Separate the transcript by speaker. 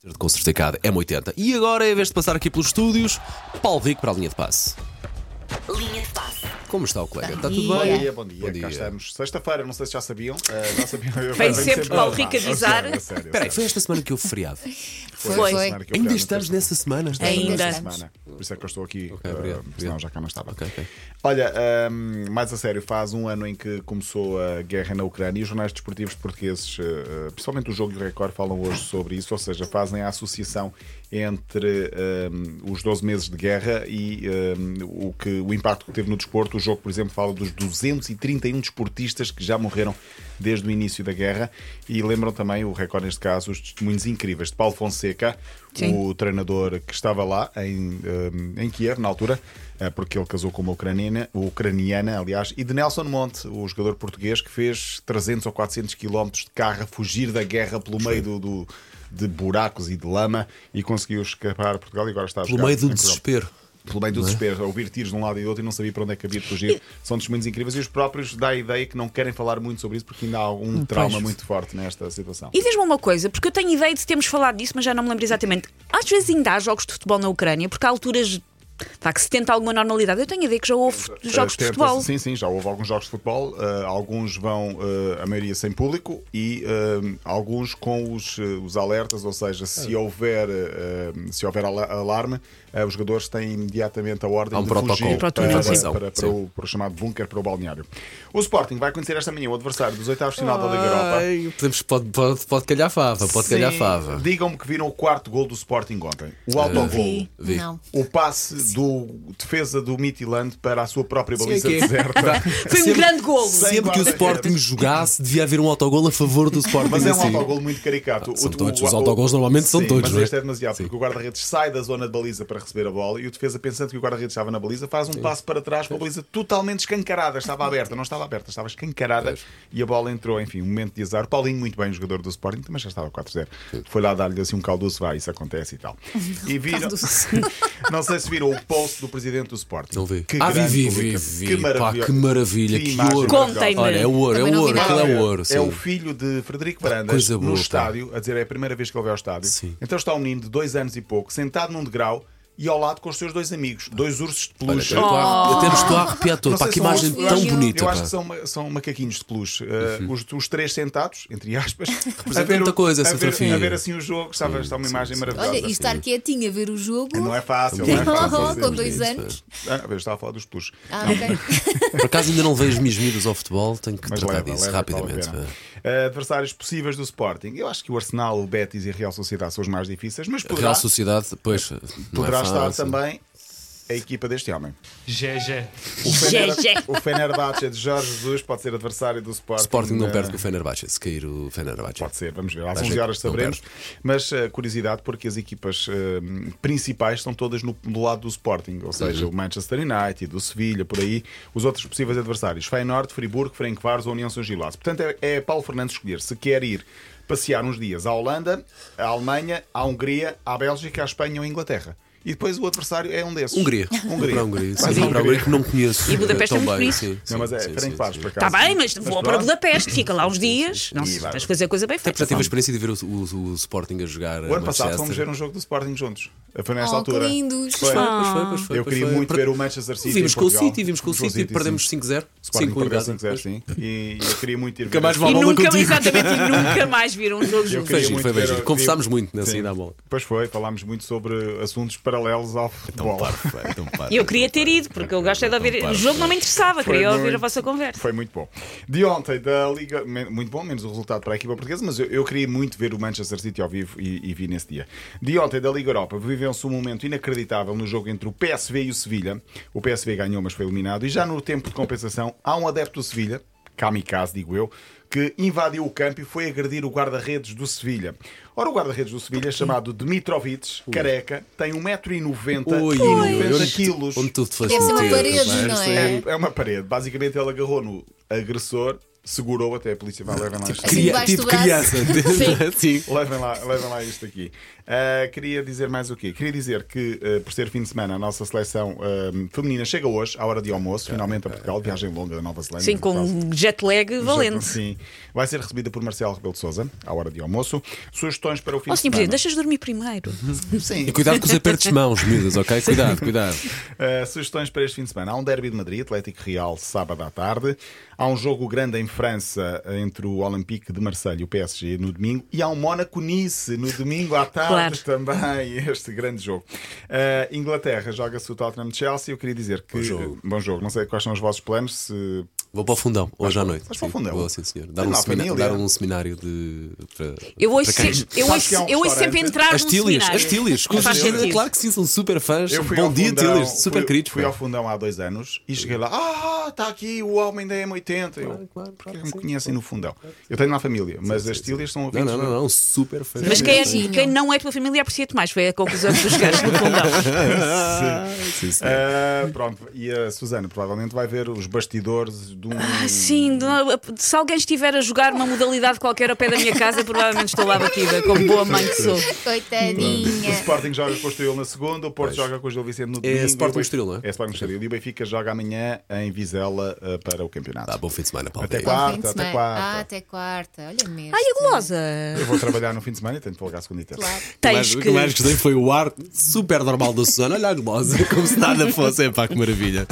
Speaker 1: Ter de concerto em cada M80. E agora, em vez de passar aqui pelos estúdios, Paulo Rico para a linha de passe.
Speaker 2: Linha de passe.
Speaker 1: Como está o colega?
Speaker 2: Bom
Speaker 1: Está tudo
Speaker 2: dia.
Speaker 3: Bom
Speaker 1: bem?
Speaker 3: dia, bom dia.
Speaker 1: Bom dia.
Speaker 3: é, Cá estamos. Sexta-feira, não sei se já sabiam. eh, já sabiam. Eu
Speaker 2: Vem
Speaker 3: venho
Speaker 2: sempre Paulo
Speaker 3: a
Speaker 2: Rico
Speaker 3: falar.
Speaker 2: avisar.
Speaker 3: A sério, a sério,
Speaker 1: Espera
Speaker 3: a
Speaker 1: aí,
Speaker 3: sério.
Speaker 1: foi esta semana que eu feriado.
Speaker 3: Foi
Speaker 2: Foi.
Speaker 3: esta semana que eu
Speaker 1: Ainda
Speaker 3: fui,
Speaker 1: estamos
Speaker 3: não sei.
Speaker 1: nessa semana?
Speaker 2: Ainda.
Speaker 3: Esta semana. Por isso é que eu estou aqui.
Speaker 1: Ok,
Speaker 3: eh,
Speaker 1: obrigado.
Speaker 3: senão já cá não estava.
Speaker 1: Ok, ok.
Speaker 3: Olha, hum, mais a sério, faz um ano em que começou a guerra na Ucrânia e os jornais desportivos portugueses, eh, eh, principalmente o Jogo e o Record, falam hoje sobre isso, ou seja, fazem a associação entre hum, os 12 meses de guerra e hum, o, que, o impacto que teve no desporto. O jogo, por exemplo, fala dos 231 desportistas que já morreram desde o início da guerra e lembram também o Record, neste caso, os testemunhos incríveis de Paulo Fonseca,
Speaker 2: Sim.
Speaker 3: o o treinador que estava lá em, eh, em Kiev, na altura, eh, porque ele casou com uma ucraniana, ucraniana, aliás, e de Nelson Monte, o jogador português que fez 300 ou 400 quilómetros de carro a fugir da guerra pelo meio do, do- de buracos e de lama e conseguiu escapar a Portugal e agora está a
Speaker 1: Pelo
Speaker 3: jogar
Speaker 1: meio do
Speaker 3: em Portugal.
Speaker 1: desespero.
Speaker 3: Pelo meio do desespero, a ouvir tiros de um lado e do outro e não sabia para onde é que havia de fugir. São testemunhos incríveis e os próprios dá a ideia que não querem falar muito sobre isso porque ainda há um trauma muito forte nesta situação.
Speaker 2: E diz-me uma coisa, porque eu tenho ideia de termos falado disso, mas já não me lembro exatamente. Às vezes ainda há jogos de futebol na Ucrânia, porque há alturas pá, que se tenta alguma normalidade. Eu tenho ideia que já houve fut- jogos de
Speaker 3: Tenta-se-
Speaker 2: futebol.
Speaker 3: Eh, Sim, sim, já houve alguns jogos de futebol. eh, alguns vão, eh, a maioria sem público, e eh, alguns com os, eh, os alertas, ou seja, se houver, eh, se houver ala- alarme, eh, os jogadores têm imediatamente a ordem
Speaker 1: Há um
Speaker 3: de
Speaker 1: protocolo
Speaker 3: fugir
Speaker 1: de
Speaker 3: para, para,
Speaker 1: evacuação,
Speaker 3: para-
Speaker 1: sim.
Speaker 3: para o, para o chamado bunker, para o balneário. O Sporting vai conhecer esta manhã o adversário dos oitavos de final da Liga Europa.
Speaker 1: Ai, podemos, pode, pode, pode calhar fava, pode calhar
Speaker 3: Sim,
Speaker 1: fava.
Speaker 3: Digam-me que viram o quarto gol do Sporting ontem. O autogol.
Speaker 2: Vi.
Speaker 1: Vi.
Speaker 4: Não.
Speaker 3: O passe do defesa do Mitiland para a sua própria baliza
Speaker 1: é que é.
Speaker 3: deserta.
Speaker 2: Foi um
Speaker 1: Sempre-
Speaker 2: grande golo.
Speaker 3: Sim.
Speaker 1: Sempre que o
Speaker 3: guarda-redes.
Speaker 1: Sporting jogasse, devia haver um autogol a favor do Sporting.
Speaker 3: Mas é um
Speaker 1: assim.
Speaker 3: autogol muito caricato.
Speaker 1: são todos. Os autogols normalmente são
Speaker 3: Sim,
Speaker 1: todos, não
Speaker 3: Mas
Speaker 1: é?
Speaker 3: este é demasiado, porque o guarda-redes sai da zona de baliza para receber a bola e o defesa, pensando que o guarda-redes estava na baliza, faz um passo para trás com a baliza totalmente escancarada. Estava aberta, não estava aberta, estava escancarada e a bola entrou. Enfim, um momento de azar. Paulinho, muito bem, jogador do Sporting, também já estava 4-0. Foi lá dar-lhe assim um caldoço, vai, isso acontece e tal. E viram. não sei se viram o post do presidente do Sporting.
Speaker 1: Não vi.
Speaker 3: Que
Speaker 1: ah,
Speaker 3: grande
Speaker 1: vi, vi, vi,
Speaker 3: publicação.
Speaker 1: vi.
Speaker 3: Que
Speaker 1: Pá,
Speaker 3: maravilha.
Speaker 1: que maravilha, que,
Speaker 3: imagem
Speaker 1: ouro.
Speaker 3: maravilhosa.
Speaker 2: Contem-me.
Speaker 1: Olha, é ouro, é
Speaker 4: Também não vi
Speaker 1: ouro,
Speaker 4: nada.
Speaker 1: aquilo é ouro.
Speaker 3: É
Speaker 1: sim.
Speaker 3: o filho de Frederico Brandas
Speaker 1: coisa
Speaker 3: no
Speaker 1: boa, pá.
Speaker 3: estádio, a dizer é a primeira vez que ele vê ao estádio.
Speaker 1: Sim.
Speaker 3: Então está um menino de dois anos e pouco, sentado num degrau e ao lado com os seus dois amigos, dois ursos de
Speaker 1: Olha,
Speaker 3: peluche.
Speaker 4: Oh.
Speaker 1: eu estou a- eu até me estou a arrepiar todo.
Speaker 3: Não
Speaker 1: Pá,
Speaker 3: sei
Speaker 1: que
Speaker 3: se são
Speaker 1: imagem tão
Speaker 3: ursos- eu acho-
Speaker 1: bonita.
Speaker 3: Eu
Speaker 1: pá.
Speaker 3: acho que são, ma- são macaquinhos de peluche. Uh, os, os três sentados, entre aspas,
Speaker 1: Representa muita coisa
Speaker 3: a
Speaker 1: essa
Speaker 3: ver,
Speaker 1: fotografia.
Speaker 3: a ver assim o jogo, estava, está uma imagem maravilhosa.
Speaker 4: Olha, e estar quietinha a ver o jogo.
Speaker 3: Não é fácil, não é
Speaker 4: Oh,
Speaker 3: fácil.
Speaker 4: com
Speaker 3: sim.
Speaker 4: dois
Speaker 1: Sim,
Speaker 4: anos.
Speaker 3: Ah, eu estava a falar dos peluches.
Speaker 4: Ah, ok.
Speaker 1: Por acaso ainda não vejo minhas medidas ao futebol, tenho que
Speaker 3: Mas
Speaker 1: tratar
Speaker 3: leva,
Speaker 1: disso
Speaker 3: leva,
Speaker 1: rapidamente.
Speaker 3: vale a pena.
Speaker 1: pá.
Speaker 3: Eh, adversários possíveis do Sporting. Eu acho que o Arsenal, o Betis e a Real Sociedade são os mais difíceis, mas
Speaker 1: A
Speaker 3: poderá,
Speaker 1: Real Sociedade, pois. não é
Speaker 3: poderá estar
Speaker 1: fácil.
Speaker 3: também a equipa deste homem.
Speaker 5: GG.
Speaker 3: O, Fener,
Speaker 2: Gé, gé.
Speaker 3: o Fenerbahçe de Jorge Jesus pode ser adversário do Sporting.
Speaker 1: Sporting não
Speaker 3: eh,
Speaker 1: perde com o Fenerbahçe, se cair o Fenerbahçe.
Speaker 3: Pode ser, vamos ver. Às
Speaker 1: Mas
Speaker 3: 11
Speaker 1: é,
Speaker 3: horas
Speaker 1: não
Speaker 3: saberemos. Mas eh, curiosidade, porque as equipas eh, principais estão todas no, do lado do Sporting, ou
Speaker 1: Uhum.
Speaker 3: seja, o Manchester United, o Sevilha, por aí, os outros possíveis adversários: Feyenoord, Friburgo, Ferencváros ou União São Gilás. Portanto, é, é Paulo Fernandes escolher se quer ir passear uns dias à Holanda, à Alemanha, à Hungria, à Bélgica, à Espanha ou à Inglaterra. E depois o adversário é um desses.
Speaker 1: Hungria. Vou
Speaker 3: Hungria.
Speaker 1: Para a Hungria, sim.
Speaker 3: Mas
Speaker 1: Vou Para a Hungria
Speaker 3: Hungria.
Speaker 1: que não conheço.
Speaker 2: E Budapeste
Speaker 1: eh,
Speaker 2: é muito
Speaker 1: tão bem,
Speaker 2: bonito.
Speaker 1: sim,
Speaker 3: Não, mas é
Speaker 1: sim, sim,
Speaker 3: Ferencváros,
Speaker 1: sim. Tá
Speaker 3: por acaso.
Speaker 2: Está Tá bem, mas vou para
Speaker 3: pronto.
Speaker 2: Budapeste, fica lá uns dias. Não
Speaker 3: E
Speaker 2: sei,
Speaker 3: vai.
Speaker 2: tens de fazer a coisa bem
Speaker 1: Até
Speaker 2: feita.
Speaker 1: já tive a experiência de ver o, o- o Sporting a jogar.
Speaker 3: O ano passado fomos ver um jogo do Sporting juntos. Foi nesta
Speaker 4: Oh, que
Speaker 3: altura.
Speaker 4: lindos. Ah,
Speaker 3: Foi.
Speaker 2: Ah.
Speaker 1: Pois foi, pois foi,
Speaker 3: Eu
Speaker 1: pois
Speaker 3: queria
Speaker 1: foi.
Speaker 3: muito
Speaker 1: Per-
Speaker 3: ver o Manchester City.
Speaker 1: Vimos
Speaker 3: em
Speaker 1: com o
Speaker 3: Portugal.
Speaker 1: City, vimos com o City, perdemos
Speaker 3: sim.
Speaker 1: 5-0.
Speaker 3: Sporting
Speaker 1: 5 um em
Speaker 3: perdeu
Speaker 1: casa.
Speaker 3: 5-0, sim. E eu queria muito ir
Speaker 1: Nunca
Speaker 3: ver.
Speaker 1: mais
Speaker 3: esse
Speaker 1: vá
Speaker 2: E
Speaker 1: Bola
Speaker 2: nunca,
Speaker 1: contigo.
Speaker 2: exatamente, e nunca mais viram um jogo juntos.
Speaker 3: queria
Speaker 1: giro,
Speaker 3: muito
Speaker 1: foi bem
Speaker 3: ver
Speaker 1: giro.
Speaker 3: o-
Speaker 1: Conversámos muito nessa
Speaker 3: Sim.
Speaker 1: ida à bola.
Speaker 3: Pois foi, falámos muito sobre assuntos paralelos
Speaker 1: Então,
Speaker 3: ao futebol.
Speaker 2: E eu queria ter ido, porque eu gosto é de ouvir. O jogo não me interessava, queria
Speaker 3: muito-
Speaker 2: ouvir a vossa conversa.
Speaker 3: Foi muito bom. De ontem, da Liga. men- Muito bom, menos o resultado para a equipa portuguesa, mas eu, eu queria muito ver o Manchester City ao vivo e, e vi nesse dia. De ontem, da Liga Europa, viveu-se um momento inacreditável no jogo entre o PSV e o Sevilha. O PSV ganhou, mas foi eliminado. E já no tempo de compensação, há um adepto do Sevilha, kamikaze, digo eu, que invadiu o campo e foi agredir o guarda-redes do Sevilha. Ora, o guarda-redes do Sevilha, chamado Dmitrovic, careca, tem 1,90m,
Speaker 1: Ui,
Speaker 3: 90
Speaker 1: onde,
Speaker 3: quilos.
Speaker 1: onde tu te foste
Speaker 4: Deve ser é uma
Speaker 1: meter,
Speaker 4: parede, é?
Speaker 1: rapaz.
Speaker 4: não é?
Speaker 3: É, é uma parede. Basicamente, ele agarrou no agressor segurou até a polícia. Vai, levem lá isto.
Speaker 4: Assim
Speaker 1: Cria-
Speaker 4: debaixo
Speaker 1: tipo
Speaker 4: do braço.
Speaker 1: criança. é? Sim.
Speaker 3: Levem lá, levem lá isto aqui. Ah, queria dizer mais o quê? Queria dizer que, ah, por ser fim de semana, a nossa seleção ah, feminina chega hoje, à hora de almoço, finalmente a
Speaker 1: É,
Speaker 3: Portugal, viagem longa da Nova Zelândia.
Speaker 2: Sim, com
Speaker 3: Quase.
Speaker 2: um jet lag valente. Oh,
Speaker 3: Sim. Vai ser recebida por Marcelo Rebelo de Souza, à hora de almoço. Sugestões para o fim
Speaker 2: Ó,
Speaker 3: de
Speaker 2: Oh, senhor
Speaker 3: semana.
Speaker 2: Presidente, deixas dormir primeiro.
Speaker 3: Sim.
Speaker 1: E cuidado com os apertos de mãos, miúdas, ok? Cuidado, cuidado.
Speaker 3: Uh, sugestões para este fim de semana. Há um derby de Madrid, Atlético Real, sábado à tarde. Há um jogo grande em França eh, entre o Olympique de Marselha e o PSG no domingo. E há um Mónaco-Nice no domingo à tarde também. Este grande jogo. Uh, Inglaterra joga-se o Tottenham-Chelsea. Eu queria dizer que. eh,
Speaker 1: Bom jogo.
Speaker 3: Bom jogo. Não sei quais são os vossos planos. Se...
Speaker 1: Vou para o fundão, hoje à noite.
Speaker 3: Vais para o
Speaker 1: Sim,
Speaker 3: fundão?
Speaker 1: Vou, sim, senhor. Dar
Speaker 3: Tem
Speaker 1: um,
Speaker 3: lá a
Speaker 1: semina-
Speaker 3: família.
Speaker 1: dar um seminário de. Para,
Speaker 2: Eu ouço,
Speaker 1: para cães.
Speaker 2: se- eu
Speaker 3: Sabes que
Speaker 2: ouço,
Speaker 3: há um
Speaker 2: eu ouço sempre
Speaker 3: restaurante-
Speaker 2: entrar
Speaker 1: As
Speaker 2: num
Speaker 1: Tílias,
Speaker 2: seminário.
Speaker 1: as Tílias, com
Speaker 2: Faz
Speaker 1: certeza,
Speaker 2: sentido.
Speaker 1: claro que sim, são super fãs. Bom
Speaker 3: ao
Speaker 1: dia,
Speaker 3: fundão-
Speaker 1: Tílias, super
Speaker 3: fui-
Speaker 1: queridos.
Speaker 3: Fui
Speaker 1: pá.
Speaker 3: ao fundão há dois anos e cheguei lá. Ah, está aqui o homem da M80. Eu,
Speaker 1: Claro, claro,
Speaker 3: porque
Speaker 1: claro,
Speaker 3: me
Speaker 1: sim.
Speaker 3: conhecem no fundão. Eu tenho lá família, mas
Speaker 1: sim,
Speaker 3: as
Speaker 1: sim.
Speaker 3: tílias são
Speaker 1: Não,
Speaker 3: ouvintes.
Speaker 1: não, não, não, um super fãs.
Speaker 2: Mas quem, é-
Speaker 4: Beijinho.
Speaker 2: quem não é tua família aprecia-te mais, foi a conclusão que tu chegaste no fundão.
Speaker 1: Sim, senhor.
Speaker 3: Ah, pronto, e a Susana provavelmente vai ver os bastidores de um.
Speaker 2: Ah, Sim, de- se alguém estiver a jogar uma modalidade qualquer ao pé da minha casa, provavelmente estou lá batida, como boa mãe que sou.
Speaker 3: O
Speaker 4: Coitadinha.
Speaker 3: Sporting joga com o Estoril na segunda, o Porto joga com o Gil Vicente no domingo.
Speaker 1: Sporting
Speaker 3: e o Benfica-
Speaker 1: Estoril, não é. é?
Speaker 3: É Sporting Estoril. E o Benfica joga amanhã em Vizela ah, para o campeonato.
Speaker 1: Tá, bom fim de semana, Paulo.
Speaker 3: Até
Speaker 1: Obrigado.
Speaker 3: quarta,
Speaker 4: Fim de
Speaker 3: até
Speaker 4: semana.
Speaker 3: quarta.
Speaker 4: Ah, até quarta. Olha mesmo.
Speaker 2: Ai, a gulosa!
Speaker 3: Eu vou trabalhar no fim de semana e tenho de folgar segunda e terça.
Speaker 4: Claro.
Speaker 2: Tens
Speaker 1: O
Speaker 2: que.
Speaker 1: que mais gostei foi o ar super normal da Susana. Olha a glosa, como se nada fosse. É pá, que maravilha.